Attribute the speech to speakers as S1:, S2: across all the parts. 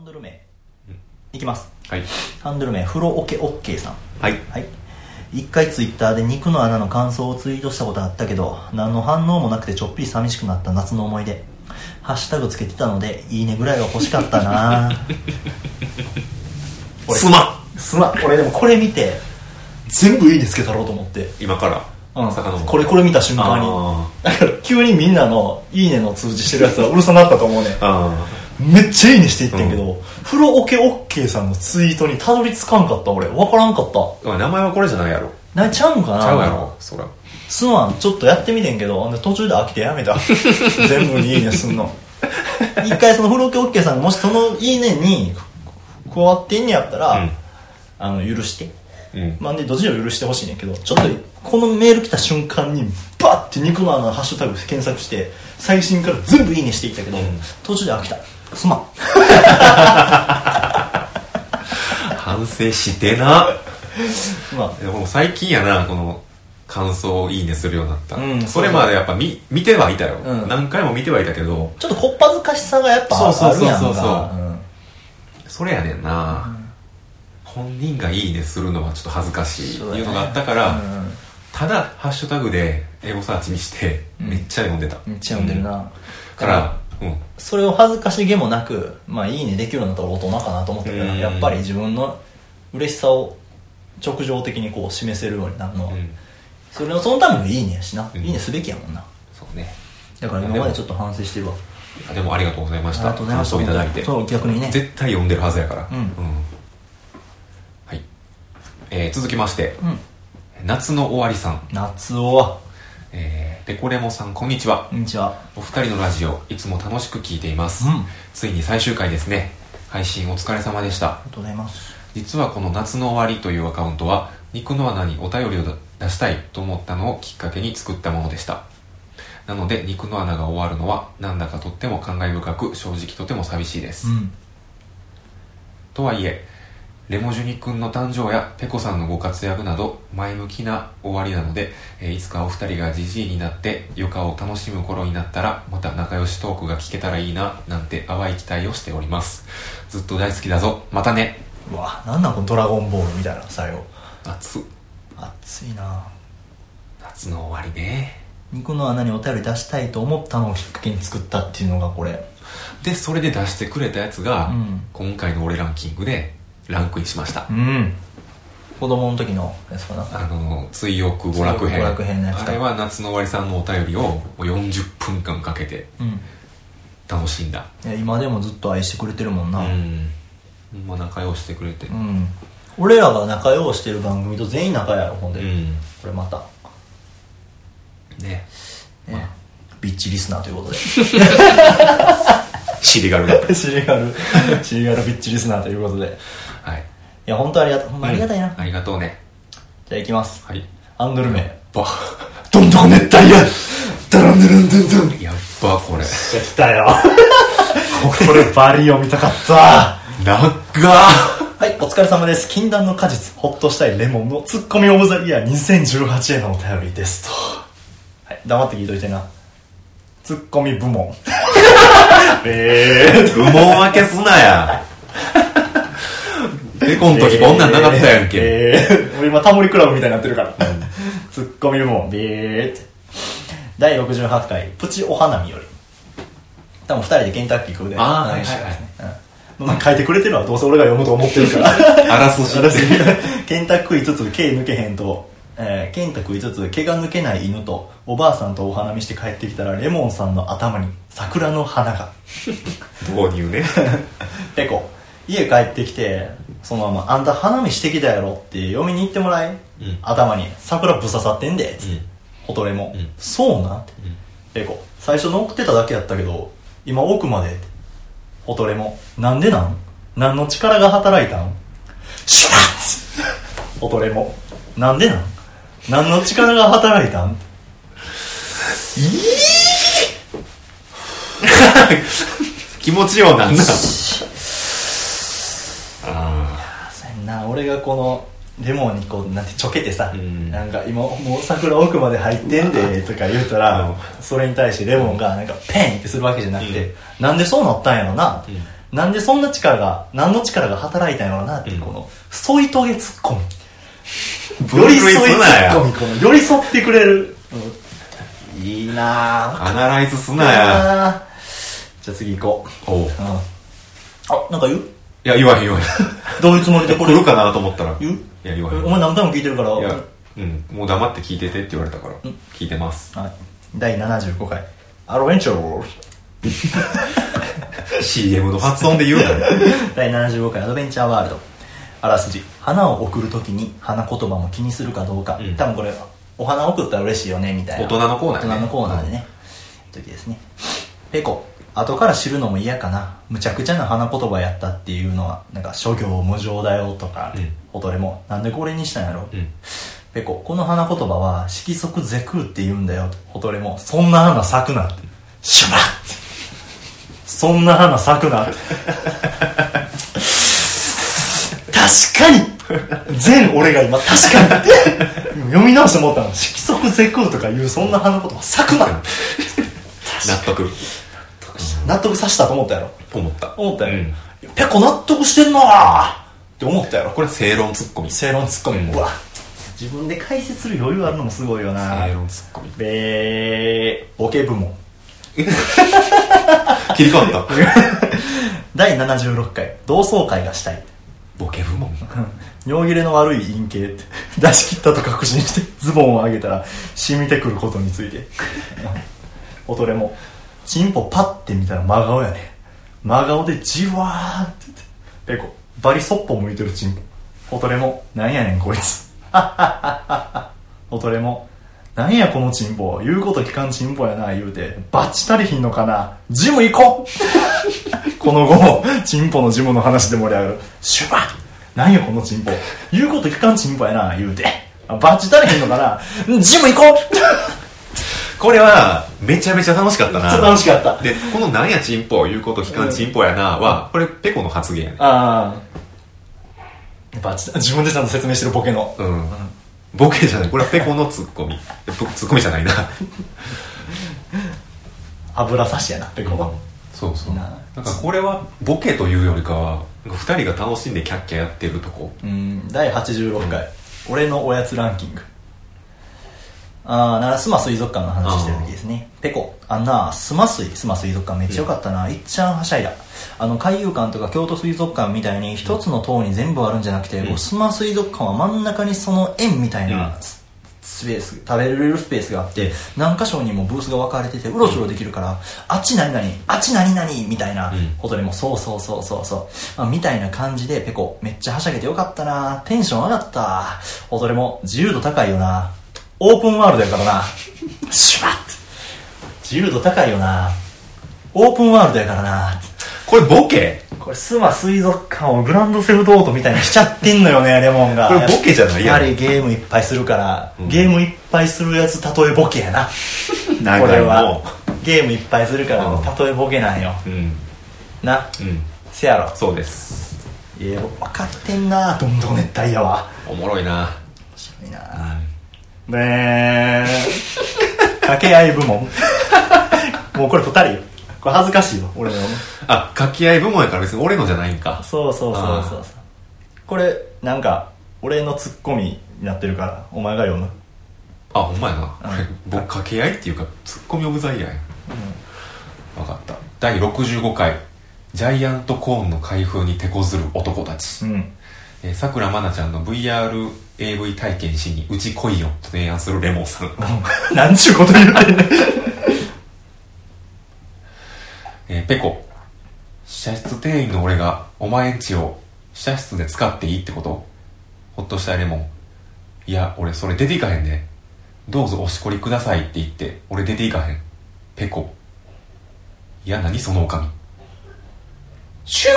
S1: ンドル名
S2: うん
S1: いきます
S2: はい
S1: ハンドル名風呂オケオッケーさん
S2: はい
S1: はい一回ツイッターで肉の穴の感想をツイートしたことあったけど何の反応もなくてちょっぴり寂しくなった夏の思い出ハッシュタグつけてたのでいいねぐらいは欲しかった な俺
S2: すまん
S1: すまん俺でもこれ見て全部いいねつけたろうと思って
S2: 今から
S1: うん
S2: 遡る
S1: これこれ見た瞬間に
S2: あ
S1: だから急にみんなの「いいね」の通知してるやつはうるさなったと思うねん
S2: ーあ
S1: めっちゃいいねしていってんけど、風呂オケオッケーさんのツイートにたどり着かんかった俺分からんかった
S2: ーまあ名前はこれじゃないやろ
S1: なちゃうんかな
S2: ちゃうやろそら
S1: すまんちょっとやってみてんけどほんで途中で飽きてやめた 全部にいいねすんの一回その風呂オケオッケーさんがもしそのいいねに加わってんねやったら、
S2: うん
S1: あの許して
S2: うん
S1: まあでどっちらも許してほしいねんけどちょっとこのメール来た瞬間にバッて肉の穴のハッシュタグ検索して最新から全部いいねしていったけど、
S2: うん
S1: 途中で飽きたすまん
S2: 反省してな
S1: まあ
S2: でも最近やなこの感想をいいねするようになった、
S1: うん
S2: それまでやっぱ見見てはいたよ、
S1: うん
S2: 何回も見てはいたけど
S1: ちょっとこっぱずかしさがやっぱ
S2: そう
S1: あ
S2: そう
S1: る
S2: そう
S1: やんか
S2: そうそう
S1: うん
S2: それやねんな、本人がいいねするのはちょっと恥ずかしい
S1: そうだね
S2: いうのがあったか
S1: う
S2: ら、
S1: ん
S2: ただハッシュタグで英語サーチにして
S1: うん
S2: めっちゃ読んでた、
S1: めっちゃ読んでるな、
S2: う
S1: だ
S2: だから、うん、
S1: それを恥ずかしげもなくまあいいねできるようになったら大人かなと思ったから
S2: うん
S1: やっぱり自分の嬉しさを直情的にこう示せるようになるのは、
S2: うん
S1: それのそのためのいいねやしな、
S2: うん
S1: いいねすべきやもんな
S2: そうね
S1: だから今までちょっと反省してるわ
S2: あでもありがとうございま
S1: あ
S2: し
S1: り
S2: た
S1: がとうございました
S2: 感想いただいて
S1: そう逆にね
S2: 絶対読んでるはずやから、
S1: うん
S2: はい、えー続きまして
S1: うん
S2: 夏の終わりさん、
S1: 夏男は
S2: えー、ペコレモさんこんにちは
S1: こんにちは
S2: お二人のラジオいつも楽しく聞いています、
S1: うんあり
S2: ついに最終回ですね配信お疲れ様でした
S1: がとうございます
S2: 実はこの「夏の終わり」というアカウントは肉の穴にお便りを出したいと思ったのをきっかけに作ったものでしたなので肉の穴が終わるのはなんだかとっても感慨深く正直とても寂しいです、
S1: うん
S2: とはいえレモジュニ君の誕生やペコさんのご活躍など前向きな終わりなので、えーいつかお二人がじじいになって余暇を楽しむ頃になったらまた仲良しトークが聞けたらいいななんて淡い期待をしておりますずっと大好きだぞまたね
S1: うわなんなんこのドラゴンボールみたいな最後
S2: 夏
S1: 暑いな
S2: 夏の終わりね
S1: 肉の穴にお便り出したいと思ったのをきっかけに作ったっていうのがこれ
S2: でそれで出してくれたやつが、
S1: うん
S2: 今回の俺ランキングでランクインしました、
S1: うん子供の時のやつかな
S2: あの水浴娯楽
S1: 水
S2: 編
S1: 浴娯楽編のやつか
S2: あれは夏の終わりさんのお便りをもう40分間かけて
S1: うん
S2: 楽しんだ
S1: いや今でもずっと愛してくれてるもん
S2: う
S1: なうん、
S2: んほんま仲良してくれてうん、
S1: 俺らが仲良うしてる番組と全員仲やろほんで、これまた、
S2: ね
S1: ねビッチリスナーということで
S2: シリガルだ
S1: シリガル シリガルビッチリスナーということで
S2: はい
S1: いや本当ありがとうほんまありがたいな、
S2: うん
S1: じ
S2: ありがとうね
S1: ゃあいきます
S2: はい
S1: アンドル名
S2: ば
S1: どんどん熱帯夜ダランダランダンダン
S2: やっばこれ
S1: 来たよ これバリ読みたかった
S2: 長っ
S1: はい、お疲れ様です。禁断の果実、ほっとしたいレモンのツッコミオブザイヤー2018へのお便りですと。はい、黙って聞いといてな。ツッコミ部門。え
S2: 羽毛分けすな やでこん時こんなんなかったやんけ、
S1: えー、俺今タモリクラブみたいになってるから。ツッコミ部門、ビーって。第68回、プチお花見より。多分二人でケンタッキー食うで。
S2: あーはいはいはい
S1: 話してますねうんまあ書いてくれてるのはどうせ俺が読むと思ってるから。
S2: あらすじ
S1: 私 ケンタ食いつつ毛抜けへんと、えー、ケンタ食いつつ毛が抜けない犬とおばあさんとお花見して帰ってきたらレモンさんの頭に桜の花が
S2: 導入ね
S1: ペコ家帰ってきてそのまま「あんた花見してきたやろ」って読みに行ってもらい、
S2: うん
S1: 頭に「桜ぶささってんで」つって、
S2: うん
S1: ほとれも、
S2: うん
S1: そうなんて、ペコ最初乗ってただけやったけど今奥までほとれもなんでなん何の力が働いたん知らんおとれもなんでなん何の力が働いたん
S2: 気持ちようなんだあ
S1: そんな俺がこのレモンにこうなんてちょけてさ、
S2: うん
S1: なんか今もう桜奥まで入ってんでとか言ったら、
S2: うん
S1: それに対してレモンがなんかペンってするわけじゃなくて、
S2: うん
S1: なんでそうなったんやろな、
S2: うん
S1: なんでそんな力が何の力が働いたんやろうなって、
S2: うん
S1: この添い遂げツッコミ
S2: 分類
S1: 寄り添い
S2: す
S1: ツ
S2: なや
S1: ッコミこの寄り添ってくれる、いいなぁ
S2: アナライズす
S1: い
S2: なや
S1: やじゃあ次行こ、
S2: おう
S1: う
S2: いう
S1: ん、あなんか言う
S2: や言わへん言わへん
S1: どういうつもりで こ
S2: 来
S1: れ
S2: るかなと思ったらい
S1: 言う
S2: や言わへん
S1: お前何回も聞いてるから
S2: いや、うん、もう黙って聞いててって言われたから、聞いてます。
S1: はい、第75回アロエンチョー
S2: CM の発音で言 うなよ。
S1: 第75回アドベンチャーワールドあらすじ花を贈るときに花言葉も気にするかどうか、
S2: うん
S1: 多分これお花贈ったら嬉しいよねみたいな
S2: 大人のコーナーね
S1: 大人のコーナーでね、時ですねペコ後から知るのも嫌かなむちゃくちゃな花言葉やったっていうのはなんか諸行無常だよとか、
S2: うん
S1: 踊れもなんでこれにしたんやろ、
S2: うん。
S1: ペコ、この花言葉は色即是空って言うんだよ。ほとれも、そんな花咲くなって。しまっそんな花咲くなって。確かに全俺が今、確かに読み直して思ったの。色即是空とかいうそんな花言葉咲くなって
S2: 納得。
S1: 納得させたと思ったやろ。
S2: 思った。
S1: 思ったやろ。
S2: うん
S1: ペコ納得してんなぁって思ったやろ。
S2: これ正論ツッコミ。
S1: 正論ツッコミ。
S2: うん
S1: うわ。自分で解説する余裕あるのもすごいよな
S2: 正論ツッコミ。
S1: べー、ボケ部門。
S2: 切り替わ った。
S1: 第76回、同窓会がしたい。
S2: ボケ部門。
S1: 尿切れの悪い陰茎って、出し切ったと確信して、ズボンを上げたら、染みてくることについて。おとれも、チンポパッて見たら真顔やね。真顔でじわーって言って。ペコ、バリそっぽ向いてるチンポ。おとれも、なんやねんこいつ。おとれも、なんやこのチンポ、言うこと聞かんチンポやな、言うて、バッチ足りひんのかな、ジム行こうこの後も、チンポのジムの話で盛り上がる。シュバなんやこのチンポ、言うこと聞かんチンポやな、言うて、あバッチ足りひんのかな、ジム行こうち
S2: これは、めちゃめちゃ楽しかった
S1: ょっと 楽
S2: な。
S1: しかった。
S2: で、このなんやチンポ、言うこと聞かんチンポやなは、これペコの発言やね。
S1: ああ。バッチ、自分でちゃんと説明してるボケの。
S2: うん。ボケじゃない。これはペコのツッコミ。 えぶツッコミじゃないな。
S1: 油差しやな、ペコは。
S2: そうそう。
S1: な
S2: なんかこれは、ボケというよりかは、二人が楽しんでキャッキャやってるとこ。
S1: うん、第86回、俺のおやつランキングああ奈良須磨水族館の話してる時ですねペコあんな須磨水須磨水族館めっちゃよかったな、いっちゃんはしゃいだあの海遊館とか京都水族館みたいに一つの塔に全部あるんじゃなくて、こう須磨水族館は真ん中にその円みたいな、
S2: うん
S1: ススペース食べれるスペースがあって何箇所にもブースが分かれててうろちょろできるから、あっち何々あっち何々みたいな、
S2: うん
S1: ことでもそうそうそうそうそう、まあみたいな感じでペコめっちゃはしゃげてよかったなテンション上がった踊りも自由度高いよなオープンワールドやからな しまっ自由度高いよなオープンワールドやからな
S2: これボケ
S1: これスマ水族館をグランドセルトオートみたいにしちゃってんのよねレモンが
S2: これボケじゃない
S1: やっ
S2: やろ
S1: ぱりゲームいっぱいするから、
S2: うん
S1: ゲームいっぱいするやつたとえボケやな
S2: 長
S1: これ
S2: いの
S1: は。ゲームいっぱいするから
S2: うん
S1: たとえボケなんよ
S2: うん。
S1: な
S2: うん。
S1: せやろ
S2: そうです。
S1: いや分かってんなどんどん熱帯夜は
S2: おもろいな。
S1: 面白いな ねー掛け合い部門もうこれ2人よこれ恥ずかしいよ俺の
S2: あ、掛け合い部門やから別に俺のじゃないんか。
S1: そうそうそうそうそうこれなんか俺のツッコミになってるからお前が読む
S2: あ、ほんまやな。
S1: うん
S2: これ僕、掛け合いっていうか、ツッコミオブザイヤーや。わかった。第65回、ジャイアントコーンの開封に手こずる男たち。
S1: うん
S2: えーさくらまなちゃんの VRAV 体験しにうち来いよと提案するレモンさん。
S1: なんちゅうこと言うてんねん
S2: えーペコ、試写室店員の俺がお前んちを試写室で使っていいってことほっとしたレモン。いや、俺それ出ていかへんね。どうぞおしこりくださいって言って、俺出ていかへん。ペコ。いや、何そのおかみ。シュウ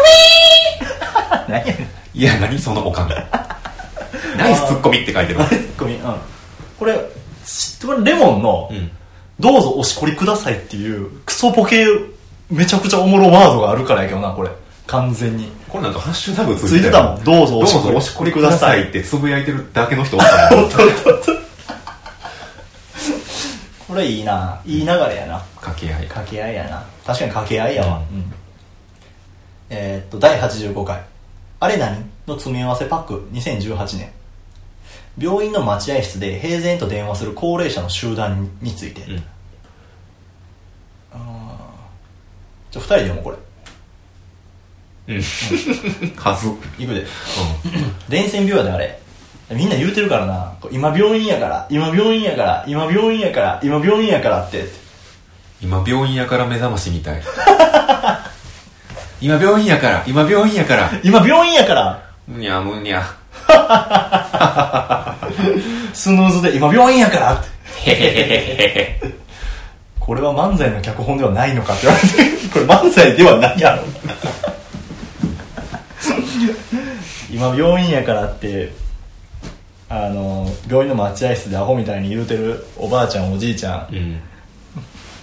S1: 何やねん
S2: ィーいや、何そのお かみ。ナイスツッコミって書いてる。
S1: ツッコミうんこれしこれレモンの
S2: うん。
S1: 「どうぞおしこりください」っていうクソボケめちゃくちゃおもろワードがあるからやけどなこれ完全に
S2: これなんかハッシュタグつ
S1: つい
S2: いて
S1: て
S2: た
S1: た
S2: よ
S1: もん。どうぞ
S2: どうぞおしこりくださいってつぶやいてるだけの人おったもん
S1: これいいないい流れやな
S2: 掛け合い。
S1: 掛け合いやな確かに掛け合いやわ、うんえーっと、第85回、あれ何の詰め合わせパック2018年。病院の待合室で平然と電話する高齢者の集団について。
S2: うん
S1: じゃ、二人でもこれ。
S2: はずうん
S1: いくで。伝染病やであれ。みんな言うてるからな。こう今病院やから、今病院やから、今病院やから、今病院やからって。
S2: 今病院やから目覚ましみたい今病院やから今病院やから
S1: 今病院やから
S2: にゃむにゃ
S1: スヌーズで今病院やからって。
S2: へへへへへ
S1: これは漫才の脚本ではないのかって言われてこれ漫才ではないやろ 今病院やからってあの病院の待合室でアホみたいに言うてるおばあちゃんおじいちゃん
S2: うん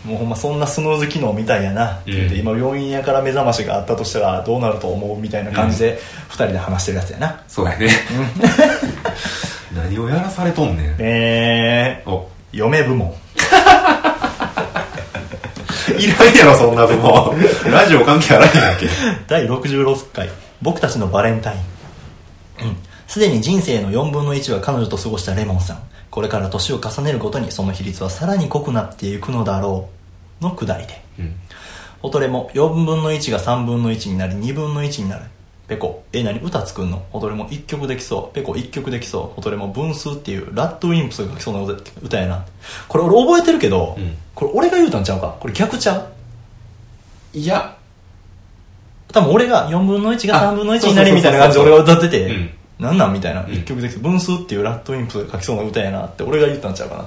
S1: もうほんまそんなスヌーズ機能みたいやなって言って、
S2: うん
S1: 今病院やから目覚ましがあったとしたらどうなると思うみたいな感じで2人で話してるやつやな、
S2: そうや ね何をやらされとんねん
S1: え
S2: お
S1: ー、嫁部門
S2: いらんやろそんな部門 ラジオ関係あらへんやんけ
S1: 第66回僕たちのバレンタインうんすでに人生の4分の1は彼女と過ごしたレモンさんこれから年を重ねるごとにその比率はさらに濃くなっていくのだろうのくだりで
S2: うん
S1: おとれも4分の1が3分の1になり2分の1になるペコえ何歌作んのおとれも1曲できそうペコ1曲できそうおとれも分数っていうラッドウィンプスが書きそうな歌歌やなこれ俺覚えてるけど、
S2: うん
S1: これ俺が言うたんちゃうかこれ逆ちゃう
S2: いや
S1: 多分俺が4分の1が
S2: あ
S1: 3分の1になりみたいな感じで
S2: そう
S1: 俺
S2: そう
S1: が
S2: そう
S1: 歌ってて、
S2: うん
S1: なんなんみたいな、
S2: ん
S1: 一曲できて分数っていうラッドウィンプスが書きそうな歌やなって俺が言ったんちゃうかな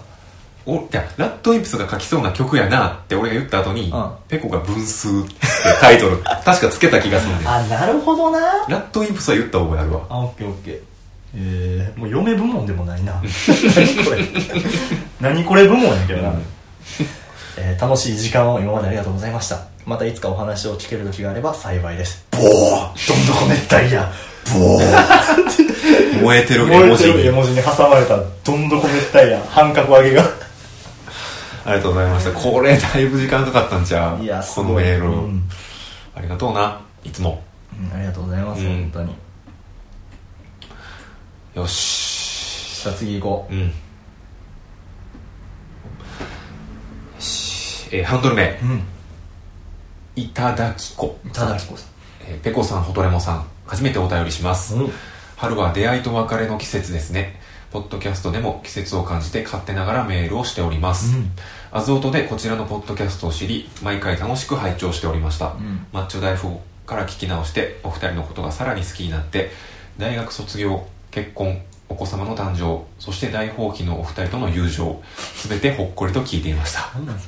S2: おいやラッドインプスが書きそうな曲やなって俺が言った後に、
S1: うん
S2: ペコが分数ってタイトル確かつけた気がするんでラ
S1: あなるほどな
S2: ッドインプスは言った覚えあるわ
S1: あオッケーオッケーえー、もう嫁部門でもないな何こ れ何これ部門やけどな、
S2: うん
S1: えー楽しい時間を今までありがとうございましたまたいつかお話を聞ける時があれば幸いですボーどんどこ熱帯夜ボー
S2: 燃えてる絵
S1: 燃
S2: 文
S1: え
S2: 字
S1: てる絵
S2: に
S1: 文字に挟まれたどんどこ熱帯夜半角上げが
S2: ありがとうございましたこれだいぶ時間かかったんちゃう
S1: いやす
S2: こ
S1: ごい
S2: のメール、
S1: うん
S2: ありがとうないつも
S1: うんありがとうございます、
S2: うん
S1: 本当に
S2: よし
S1: さあ次行こ
S2: うんよし、えーハンドル名
S1: ううん
S2: いただきこ
S1: ただきこさ
S2: えーペコさんほとれもさん初めてお便りします、
S1: んうん
S2: 春は出会いと別れの季節ですねポッドキャストでも季節を感じて勝手ながらメールをしております、アズオトでこちらのポッドキャストを知り毎回楽しく拝聴しておりました、
S1: ん
S2: マッチョ大富豪から聞き直してお二人のことがさらに好きになって大学卒業結婚お子様の誕生そして大放棄のお二人との友情全てほっこりと聞いていました
S1: なんなんす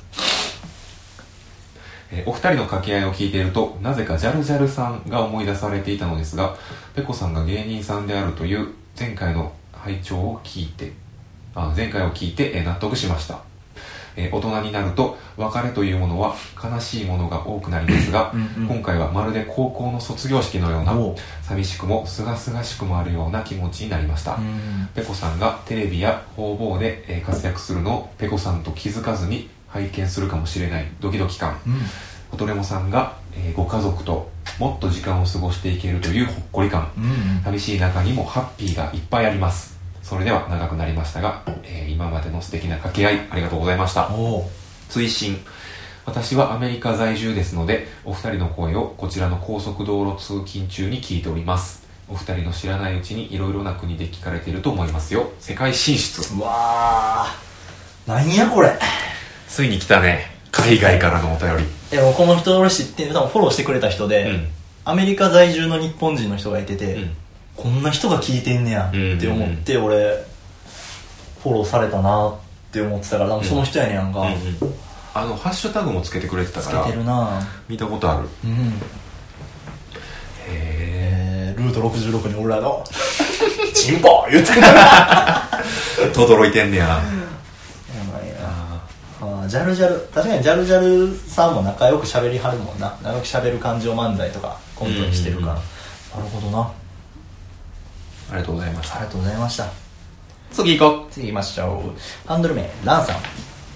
S2: えーお二人の掛け合いを聞いているとなぜかジャルジャルさんが思い出されていたのですがペコさんが芸人さんであるという前回の拝聴を聞いてあ前回を聞いて、えー納得しました、えー大人になると別れというものは悲しいものが多くなりますが
S1: うんうん
S2: 今回はまるで高校の卒業式のような
S1: おう
S2: 寂しくも清々しくもあるような気持ちになりました、
S1: うん
S2: ペコさんがテレビや方々でえー活躍するのをペコさんと気づかずに拝見するかもしれないドキドキ感
S1: うん
S2: おとれもさんが、えーご家族ともっと時間を過ごしていけるというほっこり感
S1: うん
S2: 寂しい中にもハッピーがいっぱいありますそれでは長くなりましたが、えー今までの素敵な掛け合いありがとうございました
S1: おお
S2: 追伸私はアメリカ在住ですのでお二人の声をこちらの高速道路通勤中に聞いておりますお二人の知らないうちにいろいろな国で聞かれていると思いますよ世界進出
S1: うわーなんやこれ
S2: ついに来たね海外からのお便り
S1: でもこの人俺知ってる多分フォローしてくれた人で、
S2: うん
S1: アメリカ在住の日本人の人がいてて、
S2: うん
S1: こんな人が聞いてんねやって思って俺、フォローされたなって思ってたから多分その人やねやんか、
S2: あのハッシュタグもつけてくれてた
S1: つ
S2: から
S1: けてるな
S2: 見たことある
S1: うん
S2: へ
S1: えー、ルート66に俺らの「チンポ!」言うてる
S2: え とどろいてんねや
S1: やばいな
S2: あ
S1: あージャルジャル確かにジャルジャルさんも仲良く喋りはるもんな仲良く喋る感情漫才とかコントにしてるから、
S2: うん
S1: なるほどな
S2: ーありがとうございまし
S1: あり
S2: た
S1: がとうございました
S2: 次行こ
S1: 次行きましょうハンドル名ランさん
S2: う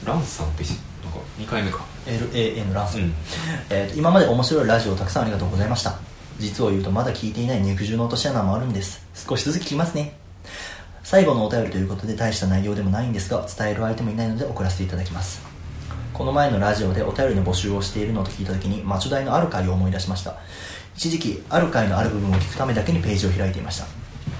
S2: ランさんってしなんか2回目か
S1: LAN ランさん、
S2: うん
S1: えーと今まで面白いラジオをたくさんありがとうございました実を言うとまだ聞いていない肉汁の落とし穴もあるんです少しずつ聞きますね最後のお便りということで大した内容でもないんですが伝える相手もいないので送らせていただきますこの前のラジオでお便りの募集をしているのと聞いた時にマチュダイのある回を思い出しました一時期ある回のある部分を聞くためだけにページを開いていました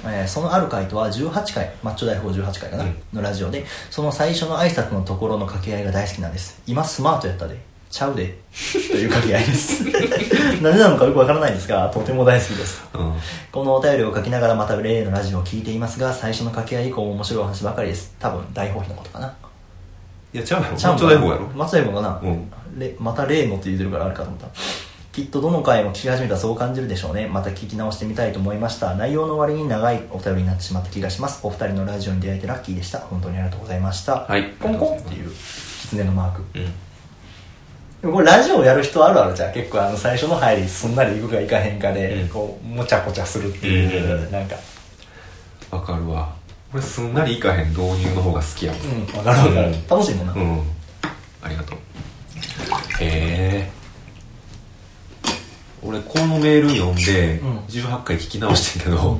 S1: えーそのある回とは18回マッチョ大砲18回かな、
S2: うん
S1: のラジオでその最初の挨拶のところの掛け合いが大好きなんです今スマートやったでちゃうでという掛け合いです なぜなのかよくわからないんですがとても大好きです
S2: うん
S1: このお便りを書きながらまた例のラジオを聞いていますが最初の掛け合い以降も面白いお話ばかりです多分大放棄のことかない
S2: やちゃうやろ
S1: ちゃ
S2: マ
S1: う
S2: ッチョ大砲やろ
S1: 松山がな、
S2: うん
S1: れまた例のって言ってるからあるかと思ったきっとどの回も聞き始めたらそう感じるでしょうねまた聞き直してみたいと思いました内容の割に長いお便りになってしまった気がしますお二人のラジオに出会えてラッキーでした本当にありがとうございました、
S2: はい
S1: コンコンっていう狐のマーク
S2: うん
S1: でもこれラジオやる人あるあるじゃん結構あの最初の入りすんなりいくかいかへんかで、
S2: うん
S1: こうもちゃこちゃするっていう、
S2: うん
S1: なんか
S2: わかるわ俺すんなりいかへん導入の方が好きやもん
S1: うんわかるわかる、
S2: うん
S1: 楽しいもんな、
S2: うんありがとうへえ俺このメール読んで
S1: うん
S2: 18回聞き直してんけど、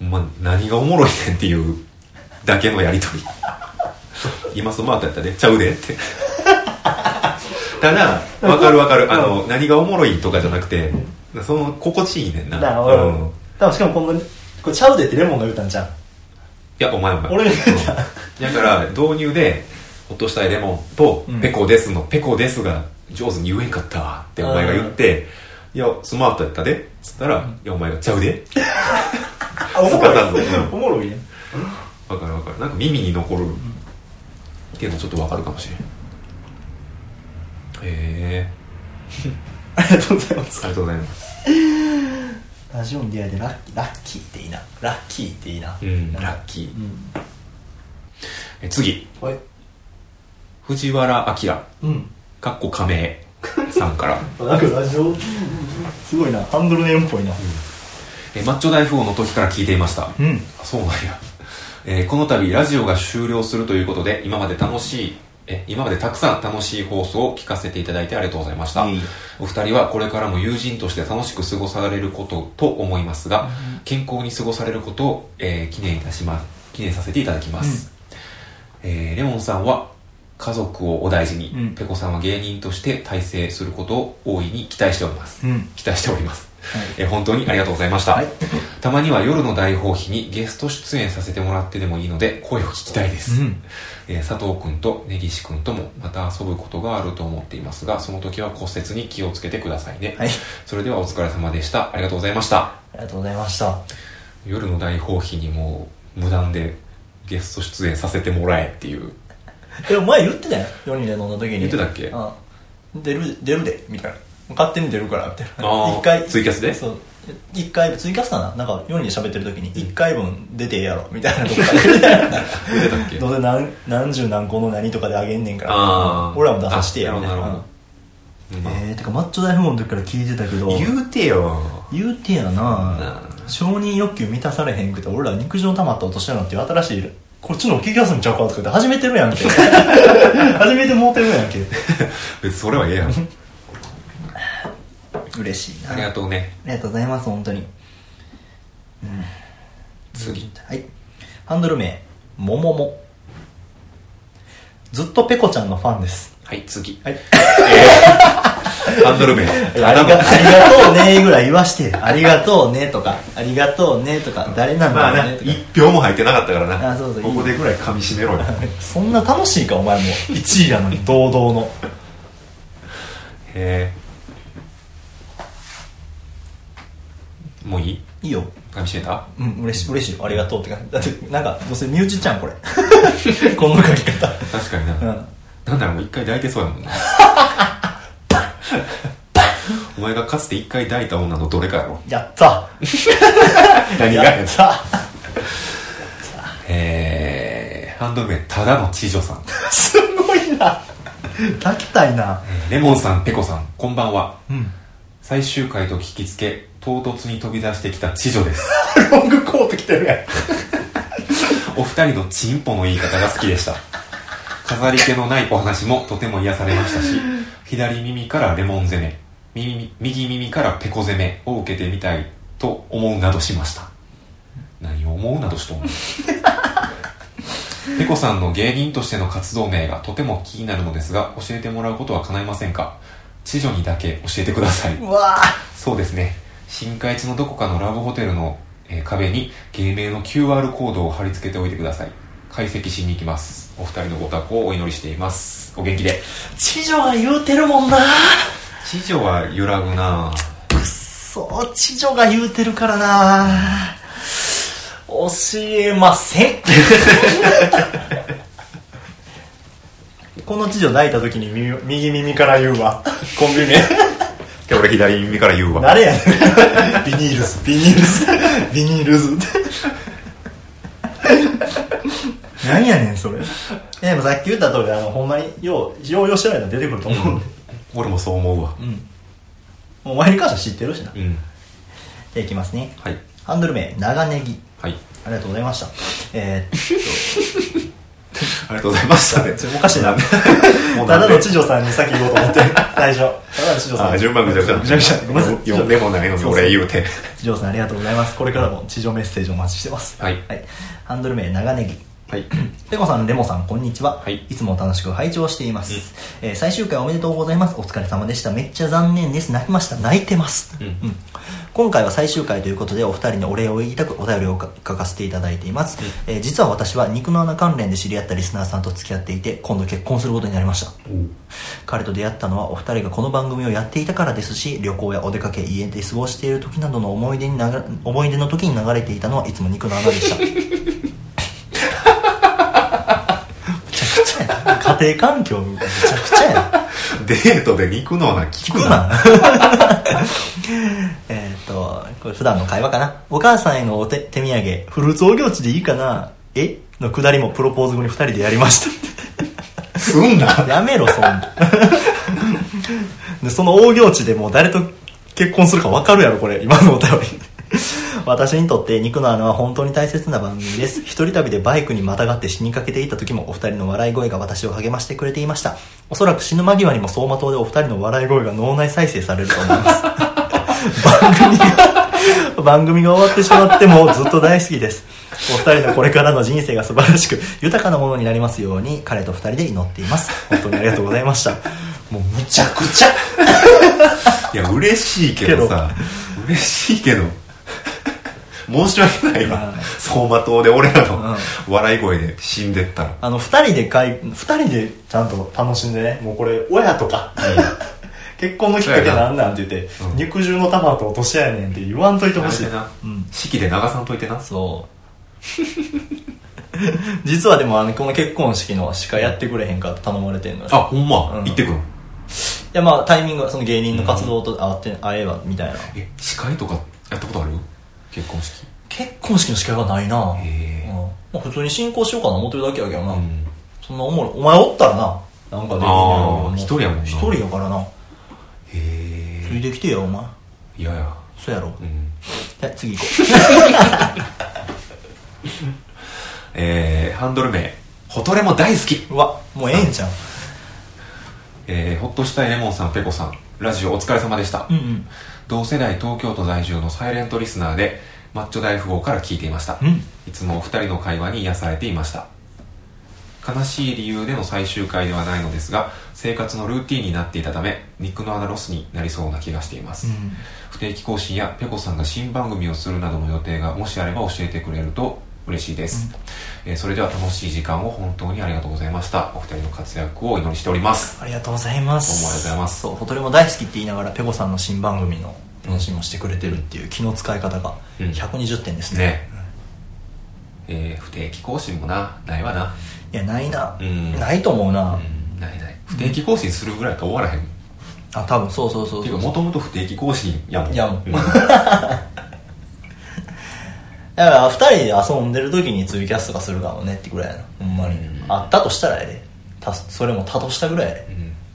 S2: まあ何がおもろいねんっていうだけのやりとり今そのマートやったらねちゃうでってただわかるわかるあの何がおもろいとかじゃなくてその心地いいねんな
S1: だから俺
S2: うん、い
S1: 多分しかもこんなこれちゃうでってレモンが言うたんじゃん
S2: やお前お前
S1: 俺が言った
S2: うんだから導入で「落としたいレモン」と
S1: うん
S2: 「ペコです」の「ペコです」が上手に言えんかったわってお前が言って「いやスマートやったで」っつったら「いやお前がちゃうで」
S1: あおも
S2: すかさず
S1: ろい
S2: うん
S1: おもろいね
S2: わかるわかるなんか耳に残るっていうのちょっとわかるかもしれんへえ
S1: ありがとうございます
S2: ありがとうございます
S1: ラジオに出会えてラッキーラッキーっていいなラッキーっていいな
S2: うん
S1: な
S2: ラ
S1: か
S2: ッキー
S1: うん
S2: え次
S1: これ
S2: 藤原明
S1: うん
S2: かっこ仮名さんから
S1: なんかラジオすごいなハンドルネームっぽいな
S2: えマッチョ大富豪の時から聞いていました
S1: うん
S2: あそうなんや、えーこの度ラジオが終了するということで今まで楽しいえ今までたくさん楽しい放送を聞かせていただいてありがとうございました
S1: いえいえ
S2: お二人はこれからも友人として楽しく過ごされることと思いますが、健康に過ごされることを、えー記念いたしま記念させていただきます、えーレモンさんは家族をお大事に、
S1: うん
S2: ペコさんは芸人として大成することを大いに期待しております、
S1: うん
S2: 期待しております、えー本当にありがとうございました、
S1: はい
S2: たまには夜の大放棄にゲスト出演させてもらってでもいいので声を聞きたいです、
S1: うん
S2: えー佐藤君と根岸君ともまた遊ぶことがあると思っていますがその時は骨折に気をつけてくださいね、
S1: はい
S2: それではお疲れ様でしたありがとうございました
S1: ありがとうございました
S2: 夜の大放棄にもう無断でゲスト出演させてもらえっていう
S1: えお前言ってたよ4人で飲んだ時に
S2: 言ってたっけ
S1: うん出る出るでみたいな勝手に出るからみたい
S2: あ
S1: な
S2: ー
S1: 一回
S2: ツイキャスで
S1: そう一回ツイキャスかななんか4人で喋ってる時に1回分出てええやろみたいなとこから
S2: 出てたっ け
S1: どうせ何何十何個の何とかであげんねんから
S2: ああ
S1: 俺らも出させてや
S2: な
S1: み
S2: る
S1: た
S2: ほ
S1: い
S2: ど
S1: な
S2: なるほど、まあ
S1: えー、てかマッチョ大富豪の時から聞いてたけど言う
S2: 言うてよ
S1: てやな
S2: な
S1: 承認欲求満たされへんくて俺ら肉汁の溜まった落とし穴っていう新しいこっちの聞きやすいんちゃうかとかって始めてるやんけ 始めてもうてるやんけ
S2: 別にそれはええやん
S1: 嬉しいな
S2: ありがとうね
S1: ありがとうございます本当に
S2: 次
S1: はいハンドル名もももずっとペコちゃんのファンです
S2: はい次
S1: はい
S2: ハンドル名
S1: い やありがありがとうねーぐらい言わしてありがとうねーとかありがとうねーとか誰なん
S2: まあ
S1: だろう
S2: な
S1: ねーとか、
S2: 一票も入ってなかったからな
S1: あそうそう
S2: ここでぐらい噛み締めろよ
S1: そんな楽しいかお 前も1位やのに堂々の
S2: へえもういい
S1: いいよ
S2: 噛み締めた
S1: うん嬉しい嬉しいよありがとうって感じだってなんかどうせ身内ちゃんこれ この書き方
S2: 確かにな、
S1: うん
S2: なんならもう一回抱いてそうやも んなお前がかつて一回抱いた女のどれかやろ
S1: やった
S2: 何が
S1: や
S2: や
S1: った
S2: えー、ハンドル名ただの知女さん
S1: すごいな抱きたいな
S2: レモンさんペコさんこんばんは
S1: うん
S2: 最終回と聞きつけ唐突に飛び出してきた知女です
S1: ロングコート着てるやん
S2: お二人のチンポの言い方が好きでした飾り気のないお話もとても癒されましたし左耳からレモン攻め右右耳からペコ攻めを受けてみたいと思うなどしました何を思うなどしと思う ペコさんの芸人としての活動名がとても気になるのですが教えてもらうことは叶いませんか知女にだけ教えてくださいう
S1: わ
S2: そうですね新海地のどこかのラブホテルの、えー壁に芸名の QR コードを貼り付けておいてください解析しに行きますお二人のご多幸をお祈りしていますお元気で
S1: 知女が言うてるもんな
S2: 知女は揺らぐな
S1: くっそ知女が言うてるからな教えませ んこの知女泣いた時に右右耳から言うわコンビ名
S2: で俺左耳から言うわ
S1: 誰やねんビニールズビニールズビニールズって何やねんそれいやでもさっき言った通りあのほんまにようようようしてないの出てくると思う
S2: 俺もそう思うわ
S1: うん、お前に関しては知ってるしな、
S2: うん
S1: じゃあいきますね
S2: はい
S1: ハンドル名長ネギ
S2: はい
S1: ありがとうございましたえ
S2: ありがとうございま したね
S1: ー、ちょおかしいな
S2: も う
S1: た
S2: な
S1: だ
S2: んで
S1: の知女さんに先言おうと思って大丈夫ただの知女さん
S2: あ順番ぐちゃぐちゃ
S1: ぐちゃぐちゃごめんなさい
S2: 読んでもないのに俺言うて
S1: 知女さんありがとうございますこれからも知女メッセージお待ちしてます
S2: はい
S1: はい、ハンドル名長ネギ
S2: はい
S1: ペコさん、レモさん、こんにちは。
S2: はい
S1: いつも楽しく拝聴しています、えー最終回おめでとうございます。お疲れ様でした。めっちゃ残念です。泣きました。泣いてます。
S2: うん
S1: 今回は最終回ということで、お二人にお礼を言いたくお便りを書書かせていただいています、えー実は私は肉の穴関連で知り合ったリスナーさんと付き合っていて、今度結婚することになりました。彼と出会ったのはお二人がこの番組をやっていたからですし旅行やお出かけ家で過ごしている時などの思い出になが思い出の時に流れていたのはいつも肉の穴でしためちゃくちゃやな家庭環境めちゃくちゃやな
S2: デートで肉のな
S1: 聞
S2: 聞
S1: く
S2: く
S1: な
S2: な
S1: えっとこれ普段の会話かなお母さんへのお手手土産フルーツ大行地でいいかなえのくだりもプロポーズ後に二人でやりました
S2: すんな
S1: やめろ、そんな。で、その大行地でもう誰と結婚するか分かるやろ、これ。今のお便り。私にとって肉の穴は本当に大切な番組です。一人旅でバイクにまたがって死にかけていた時もお二人の笑い声が私を励ましてくれていました。おそらく死ぬ間際にも走馬灯でお二人の笑い声が脳内再生されると思います。番組が、 番組が終わってしまってもずっと大好きです。お二人のこれからの人生が素晴らしく豊かなものになりますように彼と二人で祈っています。本当にありがとうございました。もうむちゃくちゃ
S2: いや嬉しいけどさ嬉しいけど申し訳ないわ
S1: うん
S2: 走馬灯で俺らの
S1: う
S2: 笑い声で死んでったら
S1: あの、二人でかい、二人でちゃんと楽しんでね、もうこれ、親とか、結婚のきっかけなんなんって言って、
S2: うん
S1: 肉汁の玉と落とし合いねんって言わんといてほしい。
S2: な
S1: うん。
S2: 式で流さんといてな
S1: そう。 実はでも、あの、この結婚式の司会やってくれへんかって頼まれてんのよ
S2: あほんま、
S1: うん
S2: 行ってくん
S1: いや、まあ、タイミングは、その芸人の活動と会って、会えば、みたいな。
S2: え司会とかやったことある結婚式
S1: 結婚式の司会はないな
S2: へえ
S1: うん。まあ、普通に進行しようかな思ってるだけやけどな。
S2: うん
S1: そんなおもろい。お前おったらな、なんかできんねやろうけど
S2: あー一人やもんな
S1: 一人やからな。
S2: へえ
S1: ついできてや、お前。
S2: いやや
S1: そうやろ
S2: うん
S1: じゃあ次行こ
S2: えー、ハンドル名ホトレも大好き
S1: ううわもうええんじゃん
S2: えー、ほっとしたいレモンさんペコさんラジオお疲れ様でした、
S1: うんうん
S2: 同世代東京都在住のサイレントリスナーでマッチョ大富豪から聞いていました、
S1: うん
S2: いつもお二人の会話に癒されていました悲しい理由での最終回ではないのですが生活のルーティンになっていたため肉の穴ロスになりそうな気がしています、不定期更新やペコさんが新番組をするなどの予定がもしあれば教えてくれると嬉しいです、えーそれでは楽しい時間を本当にありがとうございましたお二人の活躍をお祈りしております
S1: ありがとうございます
S2: どうもありがとうございます
S1: そうホトレも大好きって言いながらペコさんの新番組の楽しみもしてくれてるっていう気の使い方が
S2: うん
S1: 120点ですね
S2: ね、えー不定期更新もなないわない
S1: やないな
S2: うん
S1: ないと思うな
S2: うんないない不定期更新するぐらいと終わらへん、
S1: あ多分そうそうそう
S2: てい
S1: そうう
S2: かもともと不定期更新やもん
S1: やもん
S2: うん
S1: だから2人で遊んでる時にツイキャスとかするかもねってぐらいやなほんまに
S2: うん
S1: あったとしたらやでたそれもたとしたぐらいやで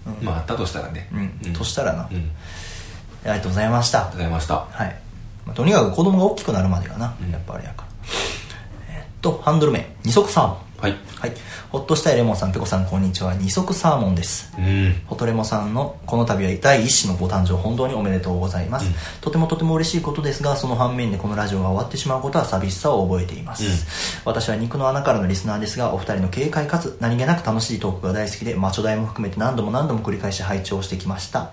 S2: うんまああったとしたらね
S1: うんとしたらな
S2: うんあり
S1: ありがとうございました
S2: がとうございました
S1: はい、まあ、とにかく子供が大きくなるまでがな、
S2: うん
S1: やっぱあれやからえっとハンドル名二足さん
S2: はい
S1: はいほっとしたいレモンさんペコさんこんにちは二足サーモンです
S2: うん
S1: ホトレモさんのこの度は第一子のご誕生本当におめでとうございます、
S2: うん
S1: とてもとても嬉しいことですがその反面でこのラジオが終わってしまうことは寂しさを覚えています、私は肉の穴からのリスナーですがお二人の軽快かつ何気なく楽しいトークが大好きでマチョ代も含めて何度も何度も繰り返し拝聴してきました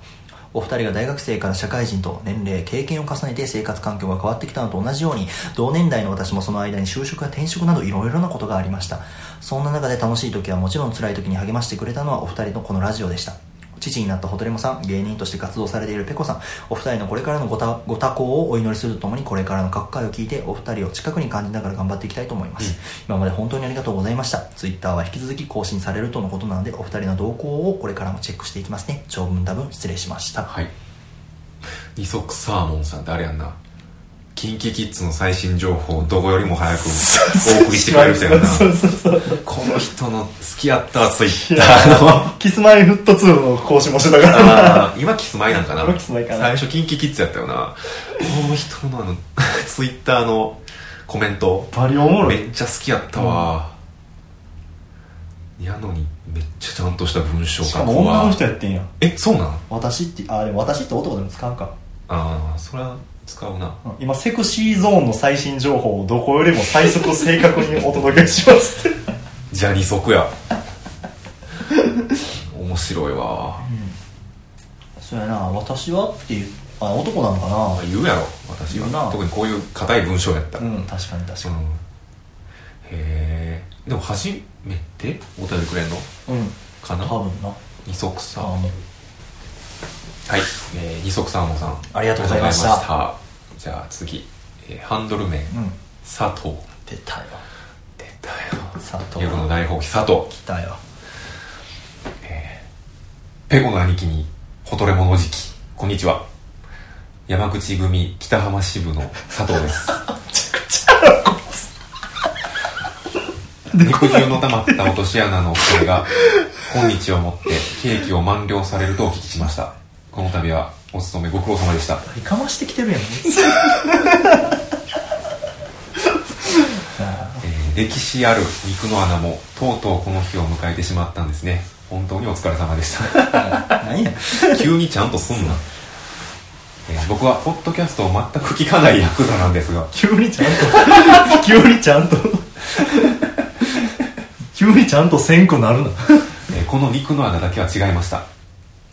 S1: お二人が大学生から社会人と年齢経験を重ねて生活環境が変わってきたのと同じように同年代の私もその間に就職や転職などいろいろなことがありましたそんな中で楽しい時はもちろん辛い時に励ましてくれたのはお二人のこのラジオでした父になったホトレモさん芸人として活動されているペコさんお二人のこれからのごたご多幸をお祈りするとともにこれからの各回を聞いてお二人を近くに感じながら頑張っていきたいと思います、
S2: うん
S1: 今まで本当にありがとうございましたツイッターは引き続き更新されるとのことなのでお二人の動向をこれからもチェックしていきますね長文多文失礼しました
S2: はい二足サーモンさんってあれやんなキンキキッズの最新情報をどこよりも早くお送りしてくれる人やんな
S1: そうそうそう
S2: この人の好きやったツイッ
S1: い
S2: タ
S1: や
S2: ーの
S1: あのキスマイフット2の更新もしてたから
S2: あー今キスマイなんかな
S1: 今キスマイかな
S2: 最初キンキキッズやったよなこの人のあ のツイッターのコメント
S1: バリおもろ
S2: め
S1: い
S2: っちゃ好きやったわ、やのにめっちゃちゃんとした文章
S1: し
S2: 書
S1: か
S2: く
S1: も女の
S2: わ
S1: 人やってんや
S2: えそうなん
S1: 私ってあでも私って男でも使うか
S2: ああそれは使うな
S1: 今セクシーゾーンの最新情報をどこよりも最速正確にお届けしますって
S2: じゃあ二足や 面白いわ
S1: そうやな私はっていうあ男なのかな
S2: 言うやろ私
S1: 言うな
S2: は特にこういう硬い文章やった、
S1: うん確かに確か
S2: うんへえでも初めてお便りくれんの
S1: にうん、
S2: かな
S1: 多分な
S2: 二足サ
S1: あ
S2: ー
S1: あ
S2: モン
S1: もう
S2: はい、えー、二足サーモンさん
S1: ありがとうございました
S2: ありがとうございましたじゃあ次、えーハンドル名
S1: うん
S2: 佐藤
S1: 出たよ
S2: 出たよ
S1: 佐藤
S2: ペコの大放棄佐藤
S1: 来たよ
S2: ペコの兄貴にほとれもの時期こんにちは山口組北浜支部の佐藤です 肉汁の溜まった落とし穴のお二人が今日をもって刑期を満了されるとお聞きしましたこの度はお勤めご苦労様でした
S1: いかましてきてるやんあ
S2: え ー歴史ある肉の穴もとうとうこの日を迎えてしまったんですね本当にお疲れ様でした
S1: あ何や
S2: 急にちゃんとすんな、えー僕はポッドキャストを全く聞かないヤクザなんですが
S1: 急にちゃんと 急にちゃんと急にちゃんとせんくなるな
S2: えーこの肉の穴だけは違いました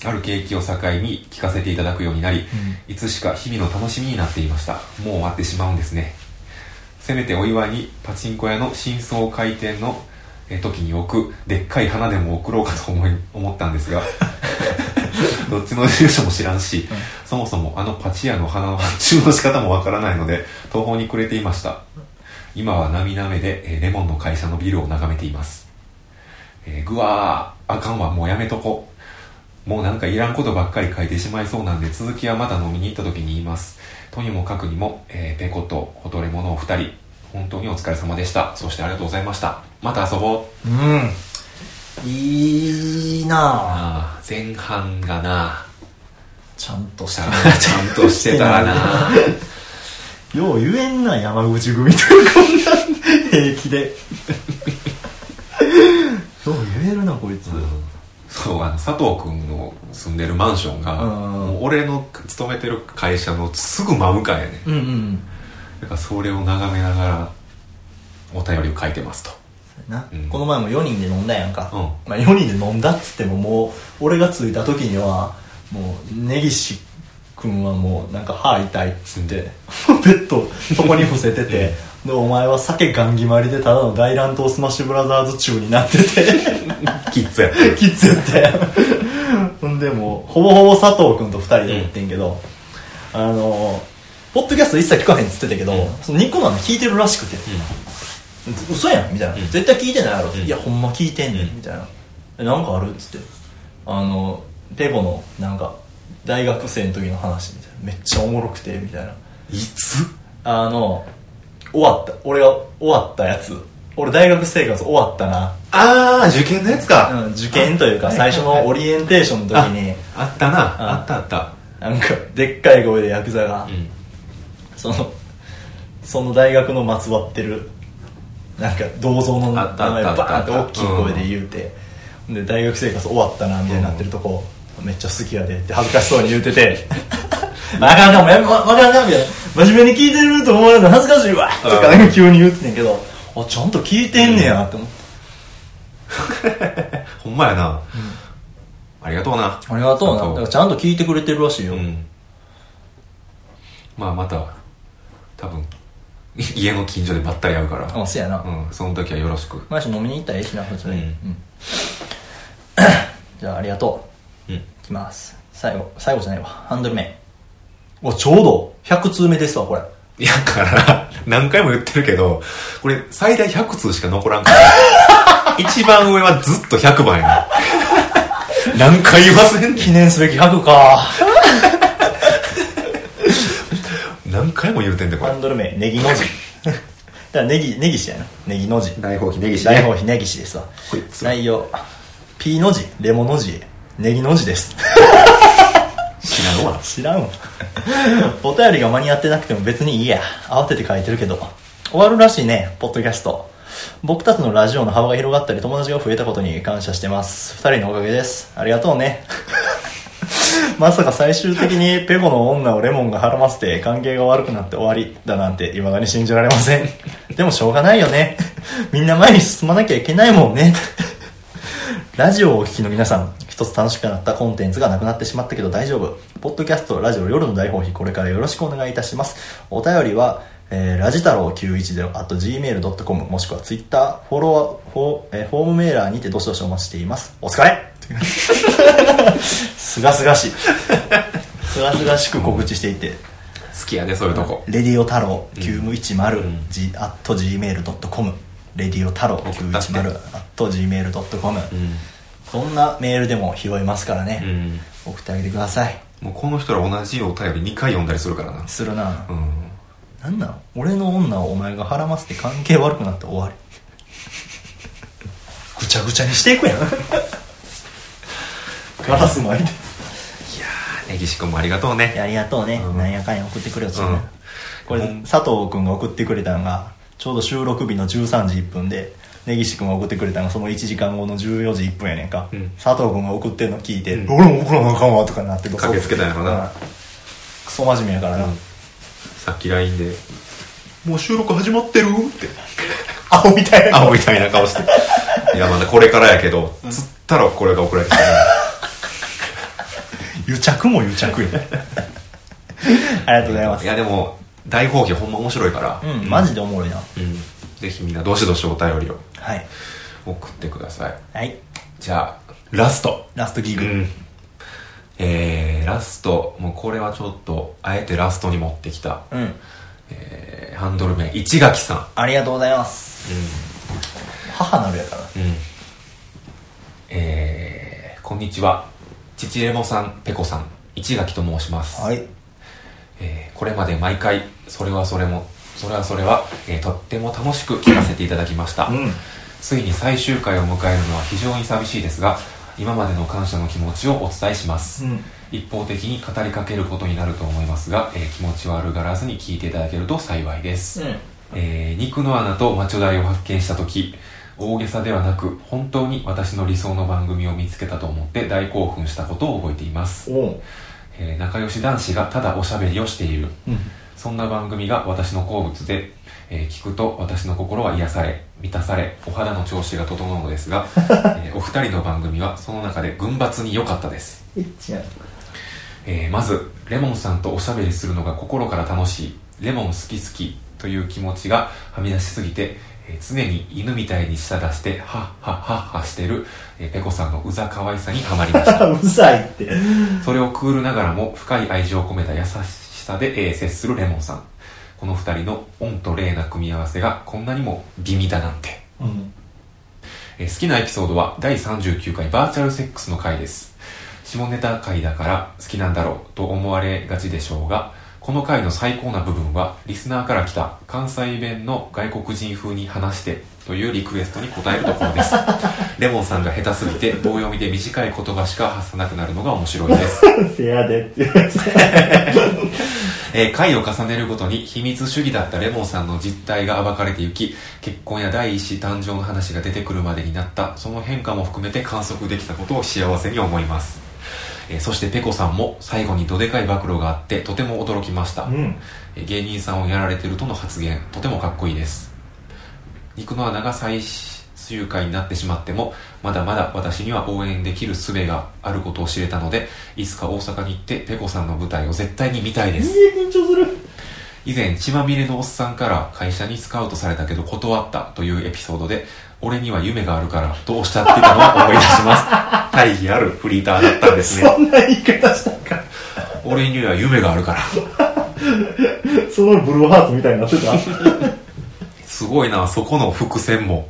S2: ある景気を境に聞かせていただくようになり、いつしか日々の楽しみになっていましたもう終わってしまうんですねせめてお祝いにパチンコ屋の真相開店のえー時に置くでっかい花でも送ろうかと思い思ったんです がどっちの住所も知らんし、そもそもあのパチ屋の花の発注の仕方もわからないので途方に暮れていました今は涙目で、えーレモンの会社のビルを眺めていますえー、ぐわーあかんわもうやめとこもうなんかいらんことばっかり書いてしまいそうなんで続きはまた飲みに行った時に言いますとにもかくにも、えー、ペコとほとれものお二人本当にお疲れ様でしたそしてありがとうございましたまた遊ぼう
S1: うんいいなあ
S2: ああ前半がな
S1: ちゃんとし
S2: ち
S1: た
S2: ゃん ちゃんとしてた らな
S1: よう言えんな山口組ってこんな平気でよう言えるなこいつ、
S2: うんそうあの佐藤君の住んでるマンションが、
S1: うん
S2: もう俺の勤めてる会社のすぐ真向かいやね
S1: うんうん
S2: だからそれを眺めながらお便りを書いてますと
S1: な、
S2: うん
S1: この前も4人で飲んだやんか、
S2: うん
S1: まあ、4人で飲んだっつってももう俺が着いた時にはもう根岸君はもうなんか歯痛いっつって、ベッドそこに伏せてて、でお前は酒ガン決まりでただの大乱闘スマッシュブラザーズ中になってて
S2: キッズやっ
S1: キッズやったやんほんでもうほぼほぼ佐藤君と2人で行ってんけど、あのポッドキャスト一切聞かへんっつってたけど、
S2: うん
S1: そのニコ生聞いてるらしくて、嘘やんみたいな、
S2: うん
S1: 絶対聞いてないやろ、
S2: ん
S1: いやほんま聞いてんね
S2: うん
S1: んみたいなえなんかあるっつってあのペボのなんか大学生の時の話みたいなめっちゃおもろくてみたいない
S2: つ
S1: あの終わった俺が終わったやつ俺大学生活終わったな、
S2: ああ受験のやつか、
S1: うん、受験というか
S2: はい
S1: 最初のオリエンテーションの時に
S2: あったな、
S1: うん
S2: あったあった
S1: なんかでっかい声でヤクザが、
S2: うん
S1: そのその大学のまつわってるなんか銅像の名
S2: あったあっ
S1: 前
S2: たあ
S1: バ
S2: った
S1: ーンって大きい声で言うて、で大学生活終わったなみたいになってるとこ、めっちゃ好きやでって恥ずかしそうに言うててあかんなもうやめわわからんなみたいな真面目に聞いてると思われるの恥ずかしいわとかなんか急に言うてんねんけどあちゃんと聞いてんねやって思って、
S2: ほんまやな、ありがとうな
S1: ありがとうなだからちゃんと聞いてくれてるらしいよ、
S2: うんまあまた多分家の近所でばったり会うから
S1: あそうやな、
S2: うんその時はよろしく
S1: 毎週飲みに行ったらええしな普通に、
S2: うん
S1: うん じゃあありがと
S2: うん
S1: ういきます最後最後じゃないわハンドル目おちょうど100通目ですわこれ
S2: いやだから何回も言ってるけどこれ最大100通しか残らんから 一番上はずっと100番やね何回言わせんねん
S1: 記念すべき100か
S2: 何回も言うてんでこ
S1: ハ
S2: れ
S1: ンドル名ネギの字 だからネギネギシやなネギの字
S2: 大放棄ネギし
S1: 大放棄ネギシですわ
S2: こいつ
S1: 内容 P の字レモの字ネギの字です
S2: 知らんわ
S1: 知らんわお便りが間に合ってなくても別にいいや慌てて書いてるけど終わるらしいねポッドキャスト僕たちのラジオの幅が広がったり友達が増えたことに感謝してます二人のおかげですありがとうね まさか最終的にペコの女をレモンが絡ませて関係が悪くなって終わりだなんて未だに信じられませんでもしょうがないよねみんな前に進まなきゃいけないもんねラジオをお聞きの皆さん、一つ楽しくなったコンテンツがなくなってしまったけど大丈夫。ポッドキャスト、ラジオ、夜の大放棄、これからよろしくお願いいたします。お便りは、えー、ラジ太郎910 at gmail.com もしくは Twitter、フォロワー、フォ,、えーフォームメーラーにてどしどしお待ちしています。お疲れ すがすがしい。すがすがしく告知していて、
S2: 好きやねそういうとこ
S1: レディオ太郎910、
S2: ん
S1: g at gmail.com レディオ太郎910 at gmail.com、
S2: うん
S1: どんなメールでも拾いますから
S2: う
S1: ね、
S2: ん
S1: 送ってあげてください
S2: もうこの人ら同じお便り2回読んだりするからな
S1: するな、
S2: うん
S1: なんなの俺の女をお前が孕ませて関係悪くなって終わりぐちゃぐちゃにしていくやんガラス巻いて
S2: ネギシ君もありがとうね
S1: いやありがとうね、
S2: うん
S1: なんやかんや送ってくれよそんな、
S2: うん
S1: これ、
S2: うん
S1: 佐藤君が送ってくれたのがちょうど収録日の13時1分で根岸君が送ってくれたのがその1時間後の14時1分やねんか、
S2: うん
S1: 佐藤君が送ってるの聞いて、
S2: うん
S1: 俺も送らなあかんわとかなって
S2: 駆けつけたんやろ
S1: う
S2: な
S1: んクソ真面目やからな、
S2: うんさっき LINE で「もう収録始まってる?」って
S1: アホみたいな
S2: 青みたいな顔して「いやまだこれからやけど」つったらこれが送られてきた
S1: 癒着も癒 着よありがとうございます
S2: いやでも大放棄ほんま面白いから
S1: うん、マジでおもろいな、
S2: うんぜひみんなどしどしお便りを
S1: はい
S2: 送ってください
S1: はい
S2: じゃあラスト
S1: ラストギ
S2: う
S1: グ、
S2: んえー、ラストもうこれはちょっとあえてラストに持ってきた、
S1: うん、
S2: えーハンドル名市垣さ
S1: ありがとうございます
S2: んうん
S1: 母なるやから
S2: うん。えー、こんにちは。父レモさん、ペコさん、市垣と申します。
S1: はい
S2: えーこれまで毎回、それはそれも、それはそれは、えーとっても楽しく聞かせていただきました。
S1: うん
S2: ついに最終回を迎えるのは非常に寂しいですが、今までの感謝の気持ちをお伝えします。
S1: うん
S2: 一方的に語りかけることになると思いますが、えー気持ち悪がらずに聞いていただけると幸いです。えー肉の穴とマチョダイを発見した時大げさではなく本当に私の理想の番組を見つけたと思って大興奮したことを覚えています、
S1: おう
S2: えー仲良し男子がただおしゃべりをしているそんな番組が私の好物で、えー聞くと私の心は癒され満たされお肌の調子が整うのですが、えーお二人の番組はその中で群抜に良かったです
S1: エッチやん
S2: えーまずレモンさんとおしゃべりするのが心から楽しいレモン好き好きという気持ちがはみ出しすぎて、えー常に犬みたいに舌出してハッハッハッハしてる、えーペコさんのうざ可愛さにはまりまし た
S1: うざいって
S2: それをクールながらも深い愛情を込めた優しさで、えー接するレモンさんこの二人のオンとレイな組み合わせがこんなにも美味だなんて
S1: うん
S2: えー好きなエピソードは第39回バーチャルセックスの回です下ネタ回だから好きなんだろうと思われがちでしょうがこの回の最高な部分はリスナーから来た関西弁の外国人風に話してというリクエストに応えるところですレモンさんが下手すぎて棒読みで短い言葉しか発さなくなるのが面白いです、
S1: せやでって。
S2: えー回を重ねるごとに秘密主義だったレモンさんの実態が暴かれていき結婚や第一子誕生の話が出てくるまでになったその変化も含めて観測できたことを幸せに思いますえーそしてペコさんも最後にどでかい暴露があってとても驚きました、
S1: うん。
S2: えー芸人さんをやられてるとの発言とてもかっこいいです肉の穴が最終回になってしまってもまだまだ私には応援できる術があることを知れたのでいつか大阪に行ってペコさんの舞台を絶対に見たいです
S1: え、緊張する。
S2: 以前血まみれのおっさんから会社にスカウトされたけど断ったというエピソードで俺には夢があるからとおっしゃっていたのを思い出します 大義あるフリーターだったんですね
S1: そんな言い方したんか。
S2: 俺には夢があるから
S1: そのブルーハーツみたいになってた。
S2: すごいなそこの伏線も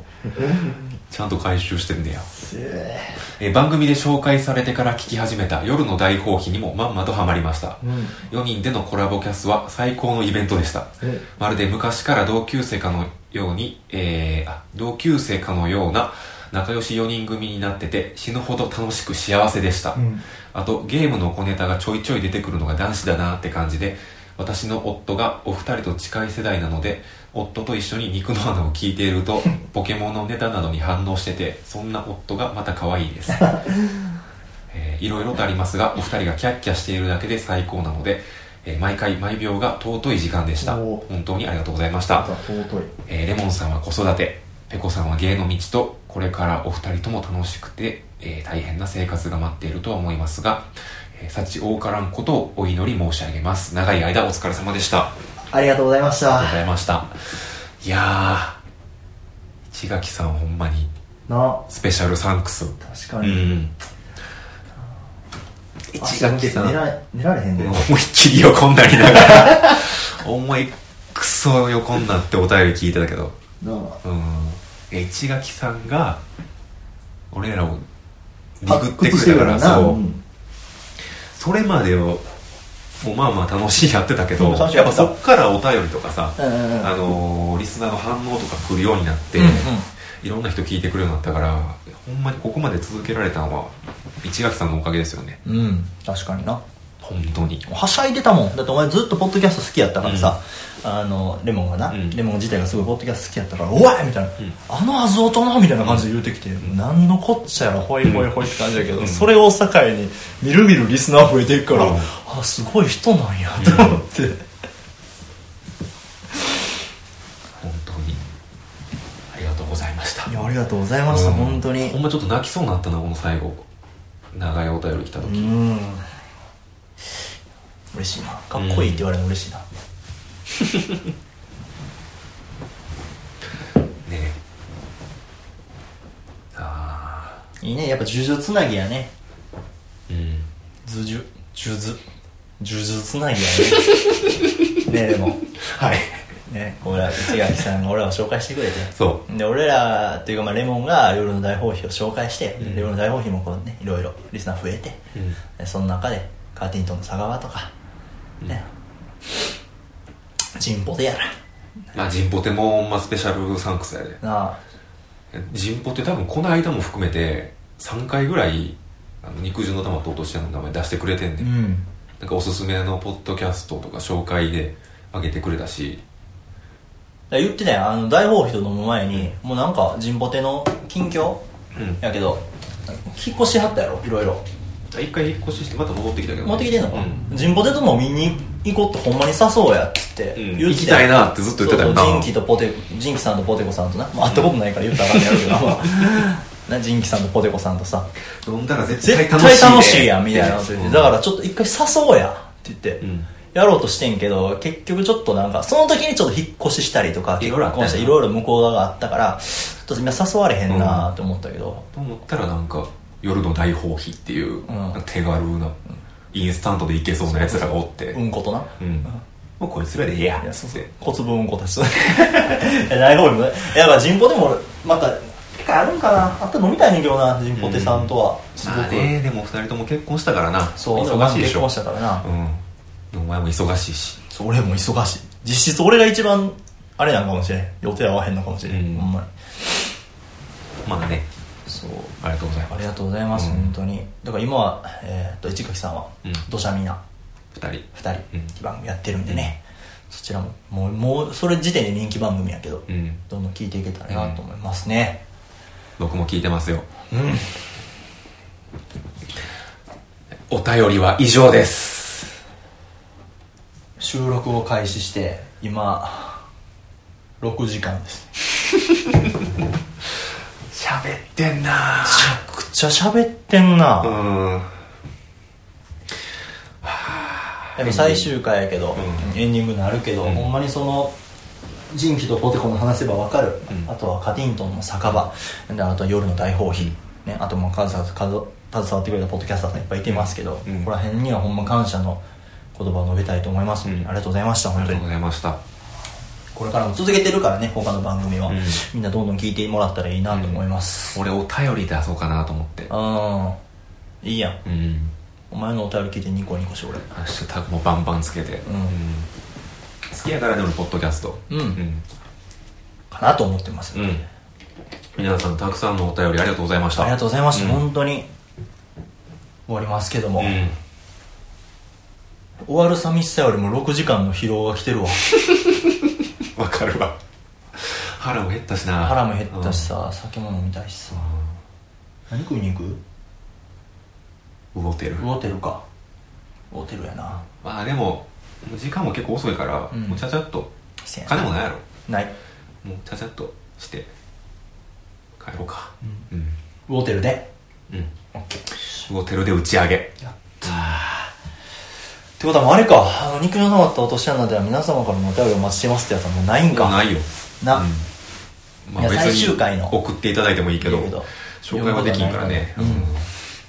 S2: ちゃんと回収してんねや
S1: せえ。
S2: えー番組で紹介されてから聞き始めた夜の大放棄にもまんまとハマりました
S1: うん。
S2: 4人でのコラボキャスは最高のイベントでした
S1: え
S2: まるで昔から同級生かのように、えーあ同級生かのような仲良し4人組になってて死ぬほど楽しく幸せでした、
S1: うん。
S2: あとゲームの小ネタがちょいちょい出てくるのが男子だなって感じで私の夫がお二人と近い世代なので夫と一緒に肉の穴を聞いてい るとポケモンのネタなどに反応しててそんな夫がまた可愛 いです、えーいろいろとありますがお二人がキャッキャしているだけで最高なので、えー毎回毎秒が尊い時間でした
S1: おー
S2: 本当にありがとうございまし
S1: あ
S2: た
S1: と、は尊い。
S2: えーレモンさんは子育てペコさんは芸の道とこれからお二人とも楽しくて、えー大変な生活が待っているとは思いますが、えー、幸多からんことをお祈り申し上げます長い間お疲れ様でしたあり
S1: ありがとうございまし
S2: がとうご
S1: た。
S2: ざいましたいやー市垣さんほんまに
S1: な、
S2: スペシャルサンクス
S1: 確か
S2: う
S1: に。
S2: ん市
S1: 足向
S2: 垣
S1: けて
S2: さん
S1: 寝られ、寝られへんで。
S2: 思いっきり横になりながら 思いっくそ横になってお便り聞いてたけど
S1: なあ。
S2: うん市垣さんが俺らをリ
S1: あ
S2: グってくれたから
S1: 靴下
S2: そう、
S1: ん
S2: それまでをもうまあまあ楽しいやってたけど
S1: うん楽しい
S2: やっぱ
S1: やってた
S2: そっからお便りとかさ、
S1: うんうんうん
S2: あのーリスナーの反応とか来るようになって、
S1: うんうん
S2: いろんな人聞いてくるようになったからほんまにここまで続けられたのは市垣さんのおかげですよね
S1: うん確かにな
S2: 本当に
S1: はしゃいでたもんだってお前ずっとポッドキャスト好きやったからさ、あのレモンがな、
S2: うん
S1: レモン自体がすごいポッドキャスト好きやったから「おい!」みたいな「
S2: ん
S1: あのあずおとな」みたいな感じで言うてきて、何のこっちゃやろほいほいほいって感じだけど、それを境にみるみるリスナー増えていくから、
S2: うん
S1: あすごい人なんやと思って、
S2: 本当にありがとうございました
S1: いやありがとうございました、
S2: うん
S1: 本当
S2: ほ
S1: に
S2: んまちょっと泣きそうになったなこの最後長いお便り来た時、
S1: うん嬉しいなかっこいいって言われるの嬉しいな、
S2: ねあ
S1: いいねやっぱ呪術つなぎやね
S2: あうん
S1: ずじゅ、じゅず、じゅずつなぎ やね。ねえ、でも、
S2: はい
S1: ね、こら、内垣さんが俺らを紹介してくれて。
S2: そ
S1: で、俺らっていうか、まあ、レモンが夜の大放棄を紹介して、
S2: うん
S1: 夜の大放棄もこうね、いろいろリスナー増えて、
S2: う、うん、
S1: でその中で、カーティントンの佐川とか、ね、ジンポテやら、
S2: まあ人ポテも、まあ、スペシャルサンクスやで
S1: なあ、
S2: 人ポテ多分この間も含めて3回ぐらいあの肉汁の玉と落とし穴の名前出してくれてんね、、
S1: うんん。
S2: なんかおすすめのポッドキャストとか紹介であげてくれたし
S1: だから言ってたやんあの、大放棄と飲む前に、もうなんか、ジンポテの近況
S2: うん
S1: やけど、引っ越しはったやろ、いろいろ。
S2: 一回引っ越ししてまた戻ってきたけど、
S1: 持ってきてんのか、
S2: うん
S1: ジンポテとも見に行こうってほんまに誘そうやっつって
S2: うん
S1: 言ってよ
S2: 行きたいなってずっと言ってたよな
S1: そうそうジンキとポテジンキさんとポテコさんとな、まあ、会ったことないから言ったらあかんねやろうけど、まあ なジンキさんとポテコさんとさ
S2: 飲んだら絶対
S1: 絶
S2: 楽
S1: 対
S2: しいね、
S1: 楽しいやんみたいなの言って、だかららちょっと一回誘おうやって言って、
S2: うん
S1: やろうとしてんけど結局ちょっとなんかその時にちょっと引っ越ししたりとか結
S2: いろいろあったよ
S1: 婚
S2: な
S1: していろいろ向こう側があったからちょっと今誘われへんなーって思ったけど、
S2: と思ったらなんか夜の大放棄っていう、
S1: うん
S2: なんか手軽なインスタントでいけそうなやつらがおって
S1: うんことな、
S2: うんもうこいつらでええや
S1: いや
S2: つ
S1: そう
S2: っ
S1: そう
S2: て
S1: 小粒うんこたちとい や大ホールもねいやだから人ポでも俺また機会あるんかなあったら飲みたいねんけどな人ポテさんとは、すご
S2: まあ
S1: く、
S2: ねでも二人とも結婚したからな
S1: そう
S2: 忙しいで
S1: 結
S2: しょ
S1: 婚したからな、
S2: うんお前も忙しいし
S1: そう俺も忙しい実質俺が一番あれなのかもしれん予定合わへんのかもしれん、
S2: うん
S1: ほんまに
S2: まあね
S1: そう
S2: ありがとうござい
S1: あ
S2: ま
S1: り
S2: す
S1: がとうございます、
S2: うん
S1: 本当にだから今は、えーっと市垣さんは
S2: うん
S1: 土砂みな
S2: 2人
S1: 2
S2: うん
S1: 人番組やってるんでね、そちらももうもうそれ時点で人気番組やけど、
S2: うん
S1: どんどん聞いていけたらなと思いますね
S2: 僕も聞いてますよ
S1: うん、
S2: お便りは以上です
S1: 収録を開始して今6時間です
S2: 喋って
S1: め
S2: んな
S1: ちゃくちゃ喋ってんな、
S2: うん
S1: でも最終回やけど、
S2: う
S1: エンディングになるけど、
S2: うん
S1: ほんまにその人気とポテコの話せばわかる、
S2: うん
S1: あとはカティントンの酒場であとは夜の大放棄、ね、あともう数々数携わってくれたポッドキャスターさんいっぱいいてますけど、
S2: うん
S1: ここら辺にはほんま感謝の言葉を述べたいと思います、
S2: うん
S1: ありがとうございました
S2: あり
S1: 本当
S2: がとう
S1: に
S2: ございました
S1: これからも続けてるからね他の番組は、
S2: うん
S1: みんなどんどん聞いてもらったらいいなと思います、
S2: 俺お便り出そうかなと思って
S1: うんいいやん
S2: うん
S1: お前のお便り聞いてニコニコして俺
S2: ハッシュタグもバンバンつけて、
S1: ん
S2: 好きやからね俺ポッドキャスト
S1: うん
S2: うん、
S1: かなと思ってます、
S2: うん皆さんたくさんのお便りありがとうございました
S1: ありがとうございました、
S2: ん
S1: 本当に終わりますけども、
S2: うん
S1: 終わる寂しさよりも6時間の疲労が来てるわ
S2: わかるわ腹も減ったしな
S1: 腹も減ったしさ、酒も飲みたいしさ何食いに行く
S2: うん動いてる
S1: ウオテルかウオテルやな
S2: まあでも時間も結構遅いから、
S1: うん
S2: もうちゃちゃっと
S1: せやな
S2: 金もないやろ
S1: ない
S2: もうちゃちゃっとして帰ろうかうん
S1: ウオテルで
S2: うん
S1: オッケー
S2: 動てるで打ち上げ
S1: やったーってことはもうあれかあの肉のなかった落とし穴では皆様からのお便りお待ちしてますってやつはもうないん
S2: も
S1: か
S2: うないよ
S1: な
S2: うんま
S1: いや
S2: あ、別に
S1: 最終回の
S2: 送っていただいてもいいけど
S1: いいけど
S2: 紹介はできんからね
S1: うんま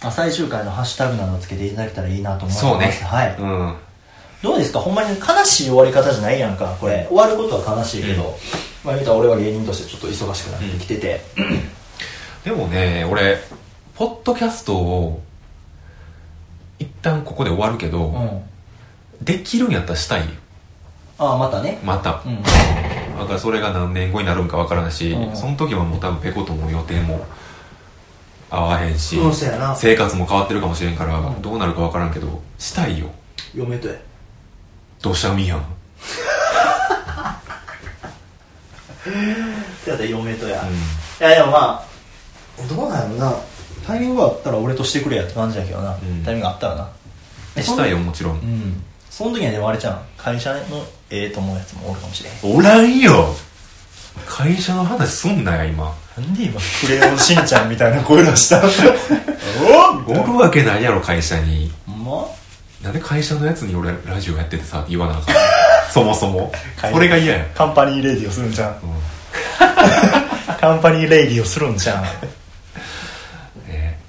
S1: あ最終回のハッシュタグなどつけていただけたらいいなと思います
S2: そうね
S1: はい、
S2: うん
S1: どうですかほんまに悲しい終わり方じゃないやんかこれ終わることは悲しいけど、まあ言うたら俺は芸人としてちょっと忙しくなってきてて、
S2: でもね俺ポッドキャストを一旦ここで終わるけど、
S1: うん
S2: できるんやったらしたいよ
S1: ああまたね
S2: また、
S1: うん
S2: だからそれが何年後になるんかわからないし、
S1: うん
S2: その時はもう多分ペコとも予定も合わへんし、
S1: うんそうやな
S2: 生活も変わってるかもしれんから、
S1: うん
S2: どうなるかわからんけどしたいよ
S1: 嫁とや
S2: どしゃみやん
S1: やったら嫁とや、
S2: う
S1: い
S2: ん
S1: やでもまあどうなのなタイミングがあったら俺としてくれやって感じだけどな、
S2: ん
S1: タイミングがあったらな
S2: したいよ
S1: そん
S2: もちろん、
S1: うんその時にはでもあれちゃん会社のええと思うやつもおるかもしれへ
S2: おらんよ会社の話すんなよ今
S1: んなんで今クレヨンしんちゃんみたいな声出した お
S2: おるわけないやろ会社に
S1: ほんま
S2: なんで会社のやつに俺ラジオやっててさって言わなあ かんそもそも
S1: 会
S2: それが嫌や、
S1: カンパニーレディをするんじゃん
S2: うん
S1: カンパニーレイディをするんじゃん。
S2: ね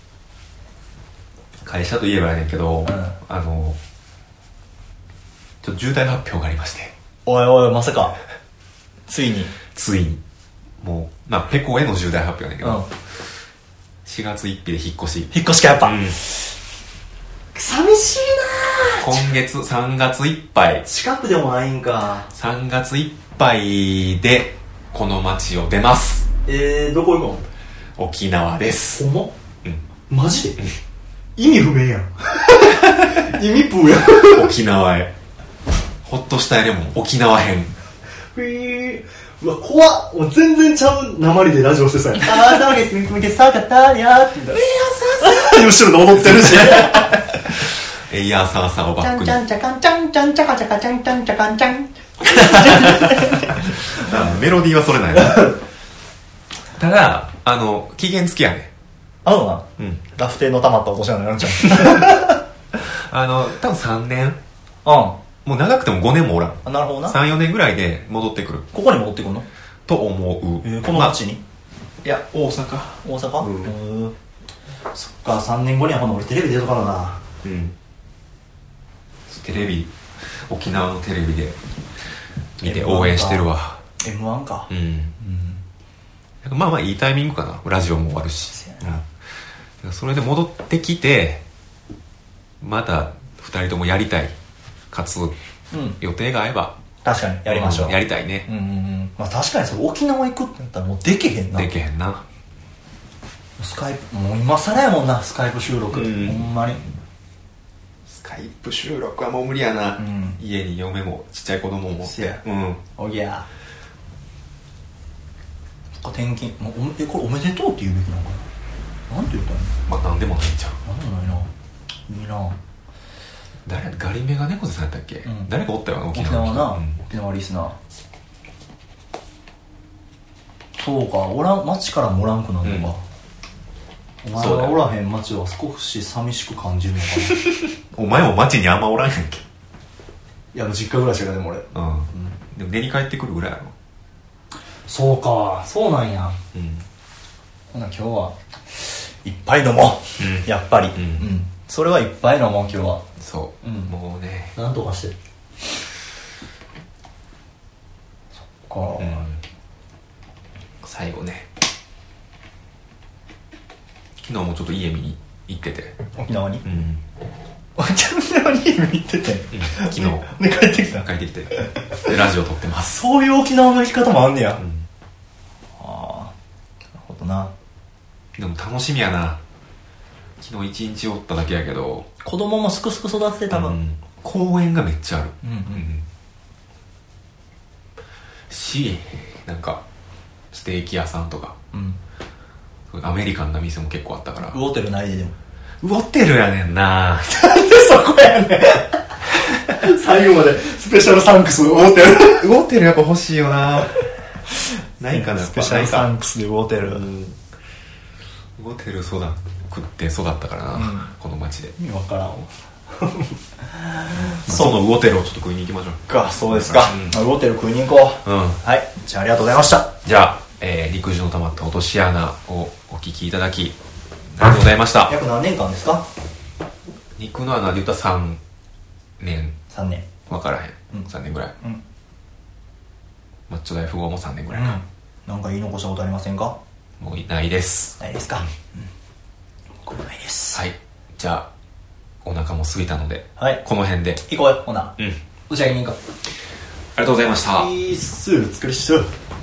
S2: 会社といえばやねんけど、
S1: ん
S2: あのちょっと重大発表がありまして
S1: おいおい、まさか。ついに。
S2: ついにもうまあペコへの重大発表やねんけ
S1: うん。
S2: ど、4月1日で引っ越し
S1: 引っ越しかやっぱ。
S2: うん
S1: 寂しい
S2: 今月3月いっぱ
S1: な
S2: い
S1: 近くでもないんか。
S2: 3月いっぱいでこの街を出ます
S1: えー、どこ行
S2: 沖縄です
S1: くんほん
S2: うん
S1: まマジで意味不明やん。 意味プーやん。
S2: 沖縄へほっとしたいでも沖縄編
S1: ふぃー。うわ、怖っ。もう全然ちゃう鉛でラジオしてさやん。あー、さわけすみくみけさかたにゃーって言ったら。 後ろで踊ってるし。
S2: エイヤーサーサーをバ
S3: ちゃ
S2: ッ
S3: ん
S2: ク
S3: ち
S2: に
S3: ゃんちゃかんちゃんちゃんちゃかちゃかちゃんちゃんちゃかんちゃん。
S2: あメロディーはそれないな ただあの期限付きやね
S1: あのな、
S2: うん
S1: ラフテーの玉った落とし穴になっちゃ
S2: あの多分3年
S1: う。
S2: もう長くても5年もおらん
S1: うん。なるほどな。
S2: 34年ぐらいで戻ってくる
S1: ここに戻ってくんの
S2: と思う、
S1: えーこの街に、
S2: いや大阪
S1: 大阪
S2: うん
S1: うーんそっか3年後にはほな俺テレビ出るからな
S2: うんテレビ沖縄のテレビで見て応援してるわ
S1: m 1か
S2: う
S1: うんん
S2: まあまあいいタイミングかなラジオも終わるし
S1: せや、
S2: うん、それで戻ってきてまた2人ともやりたいかつ
S1: うん
S2: 予定が合えば
S1: 確かにやりましょう、
S2: んやりたいね
S1: うんうんうんまあ確かにそれ沖縄行くってなったらもうできへんな
S2: できへんな
S1: スカイプもう今更やもんなスカイプ収録、
S2: うん
S1: ほんまに
S2: スカイプ収録はもう無理やな、
S1: うん
S2: 家に嫁もちっちゃい子供もおっ
S1: せ
S2: て
S1: や
S2: うん
S1: おぎゃー転勤もうおめえこれおめでとうって言うべきなのかななんて言ったらいい
S2: まあなんでもないんちゃう
S1: のなんでもないないいな
S2: 誰ガリメガ猫背さんやったっけ、
S1: うん
S2: 誰かおったよな沖
S1: 沖
S2: 縄
S1: 縄
S2: に
S1: な、
S2: うん
S1: 沖縄リスナーそうかおらん町からもおらんくなるのか、お前
S2: そうだ
S1: が
S2: よ
S1: おらへん町は少し寂しく感じるのかな い
S2: お前も街にあんまおらんやんけ
S1: やもう実家暮らしやからでも俺
S2: うん、でも寝に帰ってくるぐらいやろ
S1: そうかそうなんや
S2: うん
S1: ほな今日はいっぱい飲もう、
S2: うん
S1: やっぱり、
S2: うん
S1: それはいっぱい飲もう今日は
S2: そう、
S1: うん
S2: もうね
S1: なんとかしてそっか、
S2: 最後ね昨日もちょっと家見に行ってて
S1: 沖縄に
S2: うん
S1: 沖縄に行ってて
S2: 昨日
S1: で帰ってきた
S2: 帰ってきてでラジオ撮ってます、
S1: そういう沖縄の生き方もあんねや、
S2: うん、
S1: ああなるほどな
S2: でも楽しみやな昨日一日おっただけやけど
S1: 子供もすくすく育ってた
S2: う
S1: 分
S2: ん公園がめっちゃある
S1: うんうん
S2: しなんかステーキ屋さんとか
S1: うん
S2: そういうアメリカンな店も結構あったから
S1: ウォーテルないででも
S2: ウォテルやねんな
S1: なんで そこやね ん最後までスペシャルサンクスウォーテル
S2: ウォテルやっぱ欲しいよな ないかな
S1: スペシャルサ
S2: ん
S1: ンクスでウォーテル、
S2: ウォテル育食って育ったからな、
S1: うん
S2: この町で
S1: 意味わからんわ
S2: そのウォテルをちょっと食いに行きましょ
S1: かそうですか、ウォーテル食いに行こう、
S2: ううん
S1: はいじゃあありがとうございました
S2: じゃあ、えー陸上のたまった落とし穴をお聞きいただきありがとうございました
S1: 約何年間ですか
S2: 肉の穴で言ったら3年
S1: 3年
S2: 分からへん、
S1: うん
S2: 3年ぐらい
S1: うん、
S2: マッチョ大富豪も3年ぐ
S1: う
S2: らいか、
S1: なんか言い残したことありませんか
S2: もういないです
S1: ないですか、うん、ごめんないです
S2: はいじゃあお腹も空いたので、
S1: はい
S2: この辺で
S1: 行こうよほな
S2: うんあり
S1: 打ち上げに行こう
S2: がとうございました
S1: いいっすお疲れっした